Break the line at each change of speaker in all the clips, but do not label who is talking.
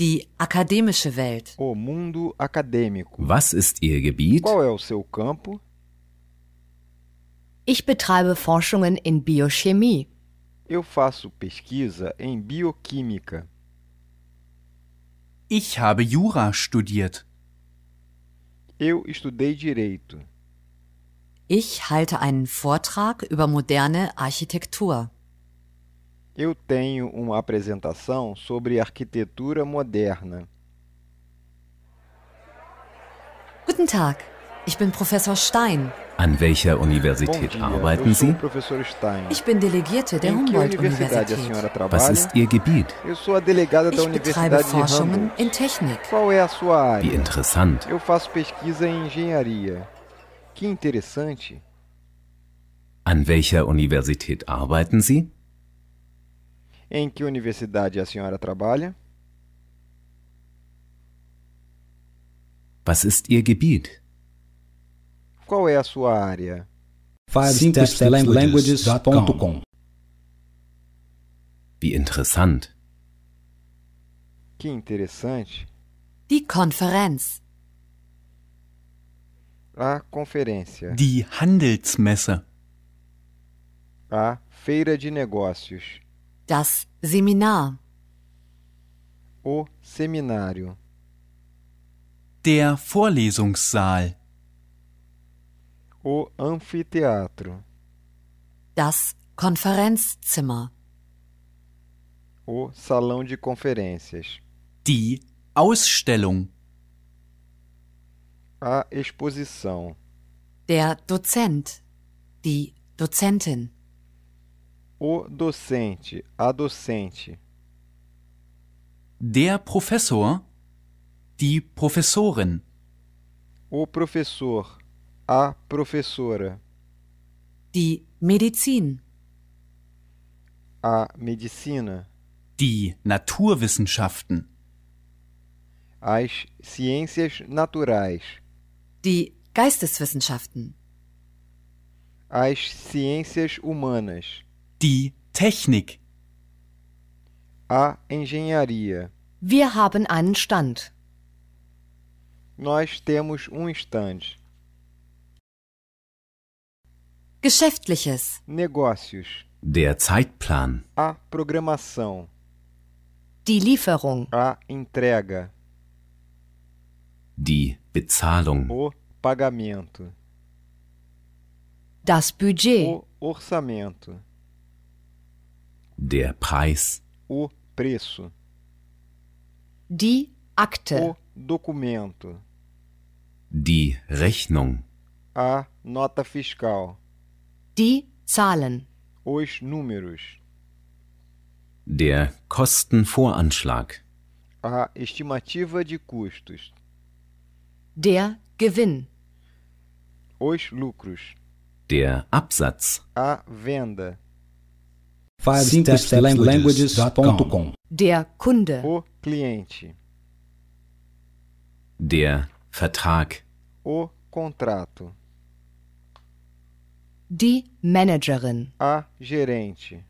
Die akademische Welt.
O mundo acadêmico.
Was ist Ihr Gebiet?
Qual é o seu campo?
Ich betreibe Forschungen in Biochemie.
Eu faço pesquisa em bioquímica.
Ich habe Jura studiert.
Eu estudei direito.
Ich halte einen Vortrag über moderne Architektur.
Eu tenho uma apresentação sobre arquitetura moderna.
Guten Tag, ich bin Professor Stein.
An welcher
Bom
Universität
dia, eu
arbeiten
sou o
Sie?
professor Stein.
Ich bin Delegierte der
Em que universidade a
Humboldt-Universität.
senhora
Was
trabalha?
ist Ihr Gebiet?
Eu sou a delegada da
Ich betreibe
Universidade de
Forschungen
Hamburg.
in Technik.
Qual é a sua área?
Wie interessant.
Eu faço pesquisa em engenharia. Que interessante.
An welcher Universität arbeiten Sie?
Em que universidade a senhora trabalha?
Was ist Ihr Gebiet?
Qual é a sua área?
5stepslanguages.com
Wie interessant.
Que interessante.
Die Konferenz.
A conferência.
Die Handelsmesse.
A feira de negócios.
Das Seminar.
O seminário.
Der Vorlesungssaal.
O anfiteatro.
Das Konferenzzimmer.
O salão de conferências.
Die Ausstellung.
A exposição.
Der Dozent. Die Dozentin.
O docente. A docente.
Der Professor. Die Professorin.
O professor. A professora.
Die Medizin.
A medicina.
Die Naturwissenschaften.
As ciências naturais.
Die Geisteswissenschaften.
As ciências humanas.
Die Technik.
A engenharia.
Wir haben einen Stand.
Nós temos um stand.
Geschäftliches.
Negócios.
Der Zeitplan.
A programação.
Die Lieferung.
A entrega.
Die Bezahlung.
O pagamento.
Das Budget.
O orçamento.
Der Preis.
O preço.
Die
É.
Akte.
O documento.
Die Rechnung.
A nota fiscal.
Die Zahlen.
Os números.
Der Kostenvoranschlag.
A estimativa de custos.
Der Gewinn.
Os lucros.
Der Absatz.
A venda.
5stepslanguages.com
Der
É.
Kunde.
O cliente.
Der Vertrag.
O contrato.
Die Managerin.
A gerente.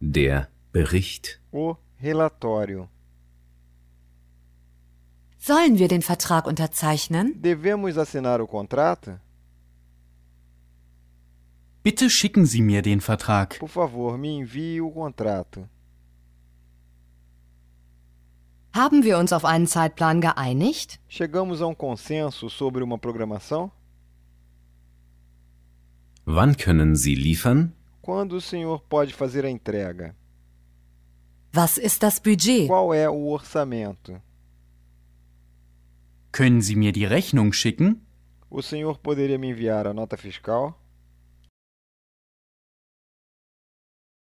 Der Bericht.
O relatório.
Sollen wir den Vertrag unterzeichnen?
Devemos assinar o contrato?
Bitte schicken Sie mir den Vertrag.
Por favor, me envie o contrato.
Haben wir uns auf einen Zeitplan geeinigt?
Chegamos a um consenso sobre uma programação?
Wann können Sie liefern?
Quando o senhor pode fazer a entrega?
Was ist das Budget?
Qual é o orçamento?
Können Sie mir die Rechnung schicken?
O senhor poderia me enviar a nota fiscal?